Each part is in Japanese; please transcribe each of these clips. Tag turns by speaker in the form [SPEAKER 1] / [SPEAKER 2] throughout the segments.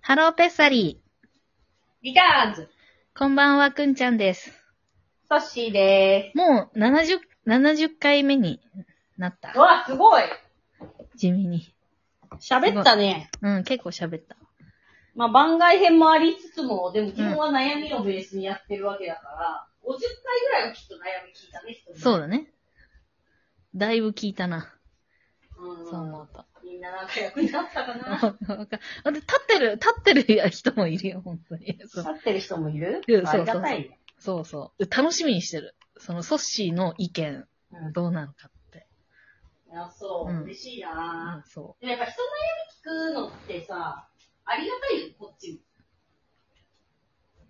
[SPEAKER 1] ハローペッサリー。
[SPEAKER 2] リターンズ、
[SPEAKER 1] こんばんは、くんちゃんです。
[SPEAKER 2] ソッシーで
[SPEAKER 1] もう70、70回目になっ
[SPEAKER 2] ー
[SPEAKER 1] た
[SPEAKER 2] す。。わ、すごい
[SPEAKER 1] 地味に。
[SPEAKER 2] 喋ったね。
[SPEAKER 1] うん、結構喋った。
[SPEAKER 2] まあ、番外編もありつつも、でも基本は悩みをベースにやってるわけだから、50回ぐらいはきっと悩み聞いたね、人に
[SPEAKER 1] そう。だね。だいぶ聞いたな。
[SPEAKER 2] うん、
[SPEAKER 1] そう思うと。
[SPEAKER 2] みんな仲良くなったかな。
[SPEAKER 1] わかるあで立ってる、立ってる人もいるよ、本当に。そう
[SPEAKER 2] 立ってる人もいる
[SPEAKER 1] うん
[SPEAKER 2] ありがたいね。
[SPEAKER 1] そうそう。楽しみにしてる。その、ソッシーの意見、
[SPEAKER 2] うん。
[SPEAKER 1] どうなのかって。
[SPEAKER 2] いや、そう、
[SPEAKER 1] うん、
[SPEAKER 2] 嬉しいうなん
[SPEAKER 1] そ
[SPEAKER 2] ぁ。でもやっぱ人の悩み聞くのってさ、ありがたいよ、こっち も。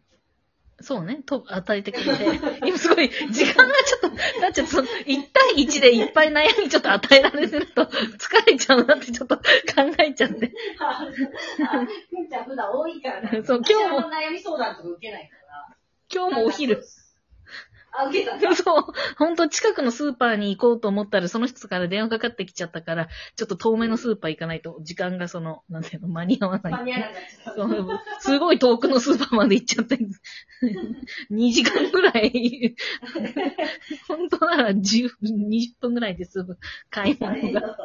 [SPEAKER 1] う。そうね。と、与えてくれて。 今すごい、時間がちょっと、なっちゃって、その、1対1でいっぱい悩みちょっと与えられてると、 疲れちゃうなってちょっと考えちゃって。
[SPEAKER 2] あくんちゃん普段多いからな。
[SPEAKER 1] そう今日も
[SPEAKER 2] 私あんま悩み相談とか受けないから。
[SPEAKER 1] 今日もお昼。。
[SPEAKER 2] あ、受けた。
[SPEAKER 1] そう。ほんと近くのスーパーに行こうと思ったら、その人から電話かかってきちゃったから、ちょっと遠目のスーパー行かないと、時間がその、なんていうの、間に合わない。
[SPEAKER 2] 間に合わなかった。
[SPEAKER 1] そう すごい遠くのスーパーまで行っちゃって、2時間ぐらい、 本当なら10 20分ぐらいで済む買い物が。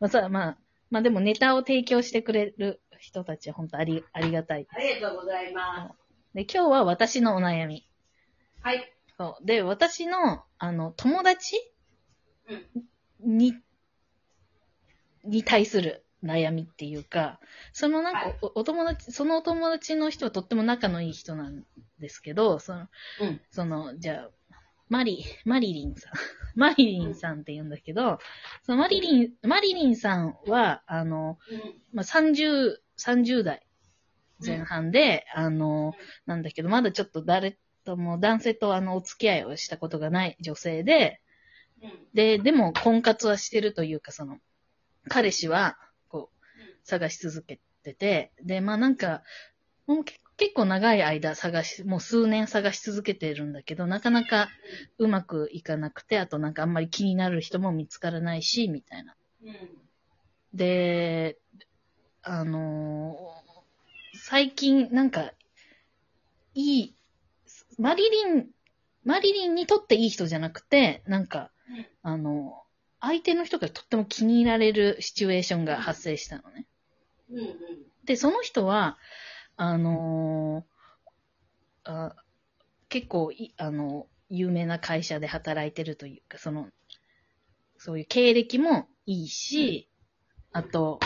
[SPEAKER 1] まあさ、まあ、まあでもネタを提供してくれる人たちは本当あり、ありがたい。
[SPEAKER 2] ありがとうございます。
[SPEAKER 1] で、今日は私のお悩み。
[SPEAKER 2] はい。
[SPEAKER 1] そう。で、私の、あの、友達
[SPEAKER 2] うん
[SPEAKER 1] に、に対する悩みっていうか、そのなんか
[SPEAKER 2] はい
[SPEAKER 1] お、お友達、そのお友達の人はとっても仲のいい人なんですけど、その、
[SPEAKER 2] うん
[SPEAKER 1] その、じゃあ、マリ、マリリンさん。 マリリンさんって言うんだけど、そのマリリン、マリリンさんは、あの、
[SPEAKER 2] うん
[SPEAKER 1] まあ、30、30代前半で、あの、なんだけど、まだちょっと誰とも男性とあの、お付き合いをしたことがない女性で、
[SPEAKER 2] うん
[SPEAKER 1] で、でも婚活はしてるというか、その、彼氏は、こう、探し続けてて、で、まあなんか、もうけ結構長い間探し、もう数年探し続けてるんだけど、なかなかうまくいかなくて、あとなんかあんまり気になる人も見つからないし、みたいな。
[SPEAKER 2] うん
[SPEAKER 1] で、あのー最近なんか、いい、マリリン、マリリンにとっていい人じゃなくて、なんか、
[SPEAKER 2] うん
[SPEAKER 1] あの、相手の人がとっても気に入られるシチュエーションが発生したのね。
[SPEAKER 2] うんうん
[SPEAKER 1] で、その人は、あのーあ結構い、あの、有名な会社で働いてるというか、その、そういう経歴もいいし、あと、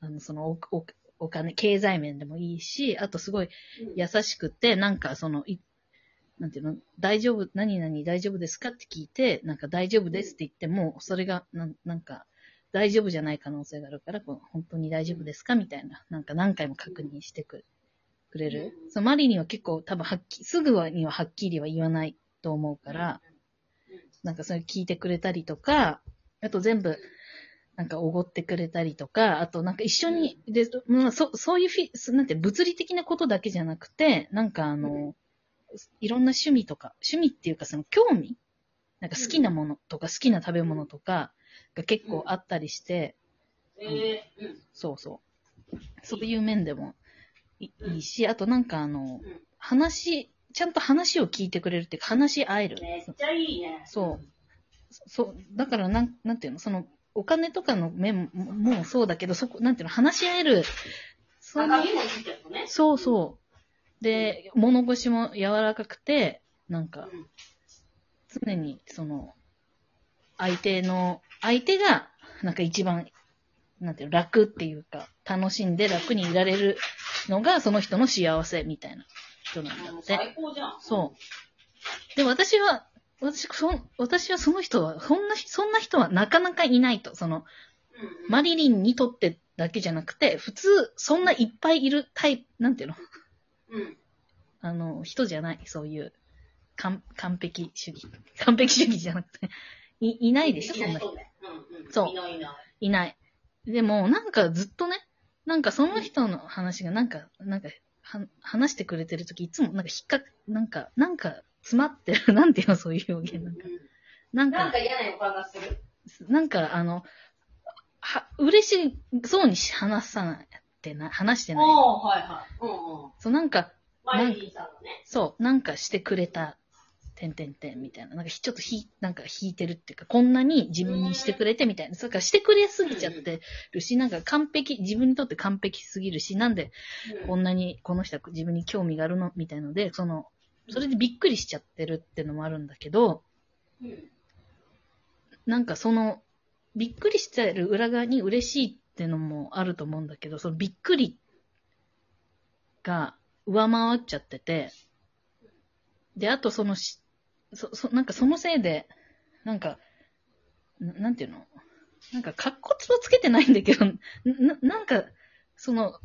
[SPEAKER 1] あの、そのお、お、お金、経済面でもいいし、あとすごい
[SPEAKER 2] うん
[SPEAKER 1] 優しくて、なんかその、いなんていうの、大丈夫、何々大丈夫ですかって聞いて、なんか大丈夫ですって言っても、それが、なんなんか、大丈夫じゃない可能性があるから、こう本当に大丈夫ですかみたいな、なんか何回も確認してくくれる。
[SPEAKER 2] うん
[SPEAKER 1] そのマリには結構多分はっき、すぐはにははっきりは言わないと思うから、なんかそれ聞いてくれたりとか、あと全部、なんかおごってくれたりとか、あとなんか一緒に、で、まあ、そそういうフィそなんて物理的なことだけじゃなくて、なんかあの、
[SPEAKER 2] う
[SPEAKER 1] いろんな趣味とか、趣味っていうかその興味なんか好きなものとか好きな食べ物とかが結構あったりして、
[SPEAKER 2] えーうん
[SPEAKER 1] そうそう。そういう面でもい
[SPEAKER 2] うん
[SPEAKER 1] いいし、あとなんかあの
[SPEAKER 2] うん、
[SPEAKER 1] 話、ちゃんと話を聞いてくれるっていうか、話し合える。
[SPEAKER 2] めっちゃいいね。
[SPEAKER 1] そう。そう、だからなん、なんていうの、その、お金とかの面ももうそうだけど、そこ、なんていうの、話し合える、そ
[SPEAKER 2] 中
[SPEAKER 1] の
[SPEAKER 2] 身もいいけどね。
[SPEAKER 1] そうそう。で、物腰も柔らかくて、なん
[SPEAKER 2] う
[SPEAKER 1] か、
[SPEAKER 2] ん
[SPEAKER 1] 常に、その、相手の、相手が、なんか一番、なんていうの、楽っていうか、楽しんで楽にいられるのが、その人の幸せみたいな人なんだ
[SPEAKER 2] あの
[SPEAKER 1] って。
[SPEAKER 2] 最高じゃん。
[SPEAKER 1] そう。で、私は、私、そん、私はその人は、そんな、そんな人はなかなかいないと。その、
[SPEAKER 2] うんうん。
[SPEAKER 1] マリリンにとってだけじゃなくて、普通、そんないっぱいいるタイプ、なんていうの
[SPEAKER 2] うん
[SPEAKER 1] あの、人じゃない。そういう、完完璧主義。完璧主義じゃなくて、い、いないでしょ、そんな人。
[SPEAKER 2] そうねうんうん
[SPEAKER 1] そう
[SPEAKER 2] いないいない
[SPEAKER 1] ない。でも、なんかずっとね、なんかその人の話が、なんか、なんか、は話してくれてるとき、いつもなんか引っか、なんか、なんか詰まってる、なんていうの、そういう表
[SPEAKER 2] い。
[SPEAKER 1] 現なんか。
[SPEAKER 2] うん
[SPEAKER 1] なん
[SPEAKER 2] なん
[SPEAKER 1] か
[SPEAKER 2] か、嫌な予感がする。
[SPEAKER 1] なんか、あの、は、嬉しそうにし話さない。てな、話して
[SPEAKER 2] あ
[SPEAKER 1] ない。
[SPEAKER 2] あ、はいはい。うんうん。
[SPEAKER 1] そう、なんか、
[SPEAKER 2] マリリンさんのね。
[SPEAKER 1] そう、なんかしてくれた、てんてんてんみたいな。なんかひ、ちょっとひ、なんか引いてるっていうか、こんなに自分にしてくれてみたいな。それからしてくれすぎちゃってるし、なんか完璧、自分にとって完璧すぎるし、なんでこんなに、この人は自分に興味があるのみたいので、その、それでびっくりしちゃってるってのもあるんだけど、
[SPEAKER 2] うん。うん
[SPEAKER 1] なんかその、びっくりしてる裏側に嬉しいってのもあると思うんだけど、そのびっくりが上回っちゃってて、で、あとそのし、そ、そ、なんかそのせいで、なんか、ななんていうのなんか、かっこつをつけてないんだけど、な、なんか、その、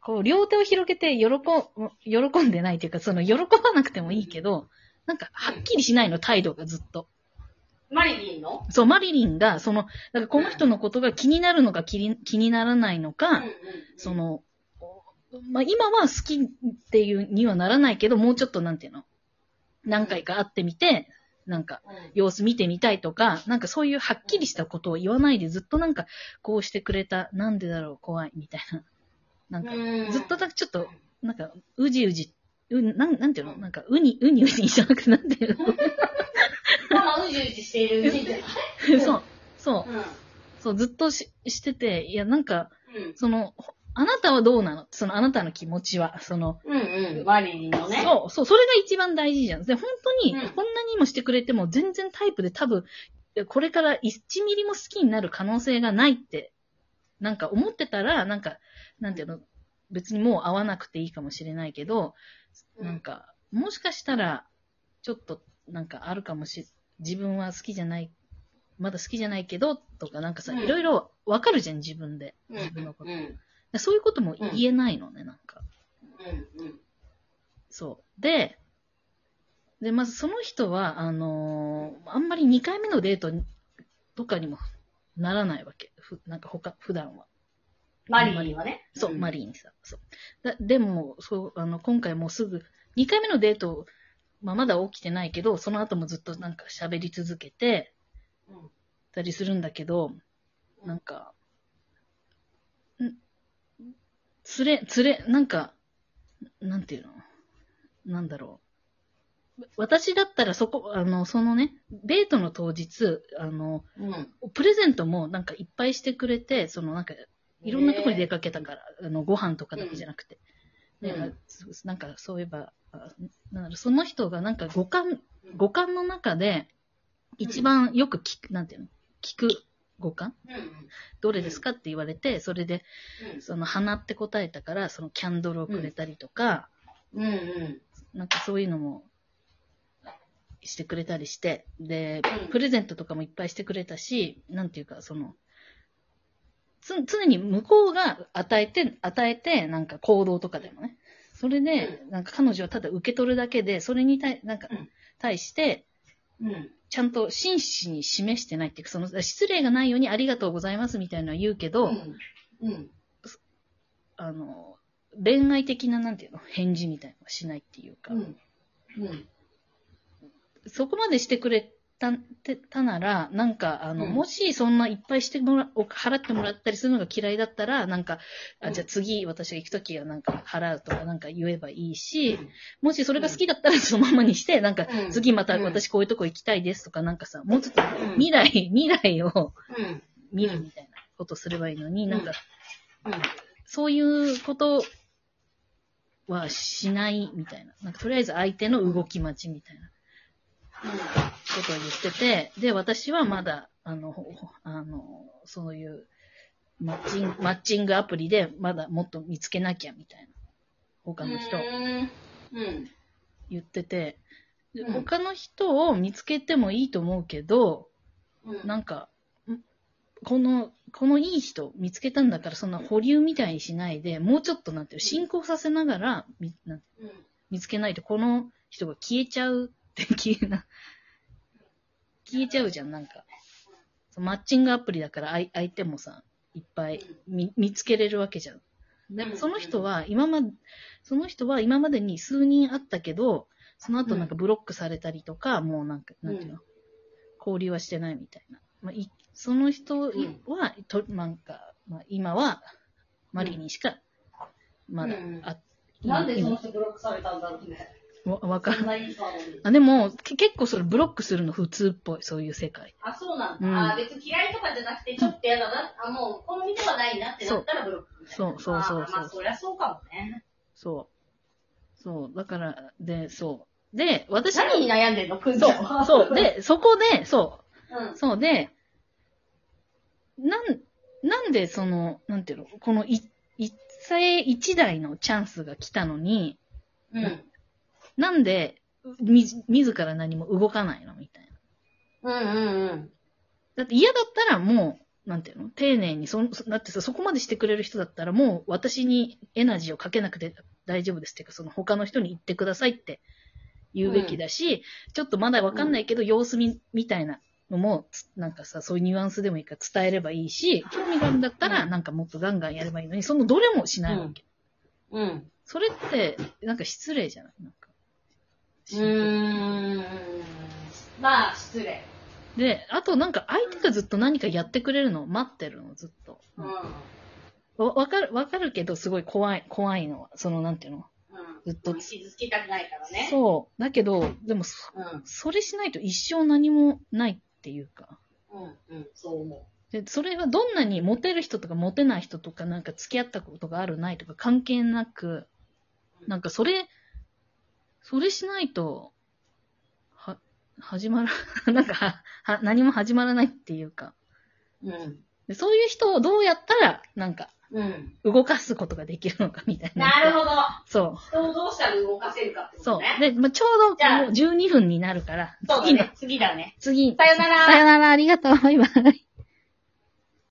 [SPEAKER 1] こう、両手を広げて喜ん、喜んでないというか、その、喜ばなくてもいいけど、なんか、はっきりしないの、態度がずっと。
[SPEAKER 2] マリリンの
[SPEAKER 1] そう、マリリンが、その、だからこの人のことが気になるのか気に気にならないのか、
[SPEAKER 2] うんうん
[SPEAKER 1] その、まあ、今は好きっていうにはならないけど、もうちょっとなんていうの何回か会ってみて、なんか、
[SPEAKER 2] うん
[SPEAKER 1] 様子見てみたいとか、なんかそういうはっきりしたことを言わないでずっとなんか、こうしてくれた、なんでだろう、怖い、みたいな。なんか、
[SPEAKER 2] うん
[SPEAKER 1] ずっとだちょっと、なんか、うじうじ、うなんなんていうのなんか、うに、うにうにじゃなくて、なんていう
[SPEAKER 2] まあまあ、うじうじしている神
[SPEAKER 1] の
[SPEAKER 2] 社。
[SPEAKER 1] そう、そう
[SPEAKER 2] う、ん。
[SPEAKER 1] そう、ずっとししてて、いや、なんか、
[SPEAKER 2] うん
[SPEAKER 1] その、ほあなたはどうなのそのあなたの気持ちは。その、
[SPEAKER 2] うんうん。マリリンのね。
[SPEAKER 1] そう、そう、それが一番大事じゃん。で、本当に、
[SPEAKER 2] うん
[SPEAKER 1] こんなにもしてくれても全然タイプで多分、これから1ミリも好きになる可能性がないって、なんか思ってたら、なんか、なんていうの、別にもう会わなくていいかもしれないけど、
[SPEAKER 2] うん
[SPEAKER 1] なんか、もしかしたら、ちょっと、なんかあるかもし、自分は好きじゃない、まだ好きじゃないけど、とか、なんかさ、
[SPEAKER 2] うん
[SPEAKER 1] いろいろわかるじゃん、自分で。
[SPEAKER 2] うん
[SPEAKER 1] 自分のこと
[SPEAKER 2] うん。うん
[SPEAKER 1] でそういうことも言えないのね、なんか。
[SPEAKER 2] うん。
[SPEAKER 1] そう。で、で、まずその人は、あのーあんまり2回目のデートにとかにもならないわけ。ふなんか他、普段は。
[SPEAKER 2] マリリンはね。
[SPEAKER 1] そう、マ
[SPEAKER 2] リ
[SPEAKER 1] リーンさん。そう。だでも、そう、あの、今回もうすぐ、2回目のデート、まあ、まだ起きてないけど、その後もずっとなんか喋り続けて
[SPEAKER 2] ン。うん
[SPEAKER 1] たりするんだけど、なんか、ん、つれ、つれ、なんか、なんていうのなんだろう。私だったらそこ、あの、そのね、デートの当日、あの、
[SPEAKER 2] うん。
[SPEAKER 1] プレゼントもなんかいっぱいしてくれて、そのなんか、いろんなところに出かけたから、あの、ご飯とかだけじゃなくて。
[SPEAKER 2] うん
[SPEAKER 1] ね
[SPEAKER 2] うん
[SPEAKER 1] そうなんか、そういえば、あなんだろうその人がなんか五感、
[SPEAKER 2] うん
[SPEAKER 1] 五感の中で、一番よく聞く、なんていうの聞く五感
[SPEAKER 2] うんうん
[SPEAKER 1] どれですかって言われて、それで、その花って答えたから、そのキャンドルをくれたりとか、
[SPEAKER 2] うんうん。
[SPEAKER 1] なんかそういうのもしてくれたりして、で
[SPEAKER 2] うん、
[SPEAKER 1] プレゼントとかもいっぱいしてくれたし、なんていうか、その、つ常に向こうが与えて、与えて、なんか行動とかでもね。それで、なんか彼女はただ受け取るだけで、それに対、なんか
[SPEAKER 2] うん、
[SPEAKER 1] 対して、
[SPEAKER 2] うん。
[SPEAKER 1] ちゃんと真摯に示してないっていうか、その、失礼がないようにありがとうございますみたいなのは言うけど、
[SPEAKER 2] うん。うん。
[SPEAKER 1] あの、恋愛的な、なんていうの、返事みたいなのはしないっていうか、
[SPEAKER 2] うん。うん。
[SPEAKER 1] そこまでしてくれたてたなら、なんか、あの、
[SPEAKER 2] うん
[SPEAKER 1] もしそんないっぱいしてもら、お払ってもらったりするのが嫌いだったら、なんか、
[SPEAKER 2] う
[SPEAKER 1] あ
[SPEAKER 2] ん
[SPEAKER 1] じゃあ次私が行くときはなんか払うとかなんか言えばいいし、もしそれが好きだったらそのままにして、なんか
[SPEAKER 2] うん、
[SPEAKER 1] 次また
[SPEAKER 2] うん
[SPEAKER 1] 私こういうとこ行きたいですとか、なんかさ、もうちょっと
[SPEAKER 2] うん
[SPEAKER 1] 未来、未来を
[SPEAKER 2] うん。
[SPEAKER 1] 見るみたいなことすればいいのに、
[SPEAKER 2] ん
[SPEAKER 1] なんか、
[SPEAKER 2] うん。
[SPEAKER 1] そういうことはしないみたいな。なんかとりあえず相手の動き待ちみたいなことを言ってて、で、私はまだ、あの、ほほあの、そういうマッチング、マッチングアプリでまだもっと見つけなきゃみたいな。他の人
[SPEAKER 2] うん。うん。
[SPEAKER 1] 言ってて、で
[SPEAKER 2] うん
[SPEAKER 1] 他の人を見つけてもいいと思うけど、
[SPEAKER 2] うん。
[SPEAKER 1] なんか、んこの、このいい人見つけたんだから、そんな保留みたいにしないで、もうちょっとなんていうの、進行させながら、みなん
[SPEAKER 2] うん。
[SPEAKER 1] 見つけないと、この人が消えちゃう って、消えな、消えちゃうじゃん、なんか。そうマッチングアプリだから、あい相手もさ、いっぱい見見つけれるわけじゃん。で
[SPEAKER 2] うん
[SPEAKER 1] もその人は、今まで、その人は今までに数人会ったけど、その後なんかブロックされたりとか、もうなんか、なんていうの、交流はしてないみたいな。まあ、いその人は、となんか、まあ、今は、マリにしか、まだ、
[SPEAKER 2] うん
[SPEAKER 1] あ、
[SPEAKER 2] なんでその人ブロックされたんだろうね。
[SPEAKER 1] わわか
[SPEAKER 2] そん
[SPEAKER 1] る。
[SPEAKER 2] なにいい顔なのに
[SPEAKER 1] あ、でも、け結構それブロックするの普通っぽい、そういう世界。
[SPEAKER 2] あ、そうなん
[SPEAKER 1] うん
[SPEAKER 2] だ。あ、別に嫌いとかじゃなくて、ちょっと嫌だな。あ、もう、この店はないなってなったらブロックみたいな。
[SPEAKER 1] そうそうそうそう
[SPEAKER 2] あまあ、そりゃそうかもね。
[SPEAKER 1] そう。そう。だから、で、そう。で、私
[SPEAKER 2] 何に
[SPEAKER 1] に、
[SPEAKER 2] 悩んでんのくんち
[SPEAKER 1] そ
[SPEAKER 2] ゃん
[SPEAKER 1] う、
[SPEAKER 2] は。
[SPEAKER 1] そう。で、そこで、そう。
[SPEAKER 2] うん。
[SPEAKER 1] そうで、なん、なんでその、なんていうの、このい一世一代のチャンスが来たのに、
[SPEAKER 2] うん。
[SPEAKER 1] なんで、み、自ら何も動かないのみたいな。
[SPEAKER 2] うんうんうん。
[SPEAKER 1] だって嫌だったらもう、なんていうの丁寧にそん、そだってさ、そこまでしてくれる人だったらもう私にエナジーをかけなくて大丈夫ですっていうか、その他の人に言ってくださいって言うべきだし、ちょっとまだわかんないけど様子見みたいなのも、つなんかさ、そういうニュアンスでもいいから伝えればいいし、興味があるんだったら
[SPEAKER 2] う
[SPEAKER 1] なんかもっとガンガンやればいいのに、そのどれもしないわけ。
[SPEAKER 2] うん。
[SPEAKER 1] それって、なんか失礼じゃないなんか。
[SPEAKER 2] うーん。まあ、失礼。
[SPEAKER 1] で、あとなんか相手がずっと何かやってくれるのを待ってるの、ずっと。
[SPEAKER 2] うん。
[SPEAKER 1] わわかる、わかるけど、すごい怖い、怖いのは、その、なんていうの。
[SPEAKER 2] う
[SPEAKER 1] ずっと
[SPEAKER 2] ん。傷つけたくないからね。
[SPEAKER 1] そう。だけど、でもそ、
[SPEAKER 2] うん。
[SPEAKER 1] それしないと一生何もないっていうか。
[SPEAKER 2] うん。うん。そう思
[SPEAKER 1] で、それはどんなにモテる人とかモテない人とか、なんか付き合ったことがあるないとか関係なく、
[SPEAKER 2] う。
[SPEAKER 1] なんかそれ、それしないと、は、始まら、 なんかは、は、何も始まらないっていうか。
[SPEAKER 2] うん。
[SPEAKER 1] でそういう人をどうやったら、なんか、
[SPEAKER 2] うん。
[SPEAKER 1] 動かすことができるのかみたいな。
[SPEAKER 2] なる
[SPEAKER 1] ど。
[SPEAKER 2] ほど。
[SPEAKER 1] そう。
[SPEAKER 2] 人をどうしたら動かせるかってこ
[SPEAKER 1] そ
[SPEAKER 2] と
[SPEAKER 1] うで、
[SPEAKER 2] ね。。
[SPEAKER 1] まあ、ちょう
[SPEAKER 2] じゃあ
[SPEAKER 1] どもう12分になるから、
[SPEAKER 2] そうだ
[SPEAKER 1] 次の、
[SPEAKER 2] ね。次だね。
[SPEAKER 1] 次。
[SPEAKER 2] さよなら
[SPEAKER 1] さよなら、ありがとう、バイバイ。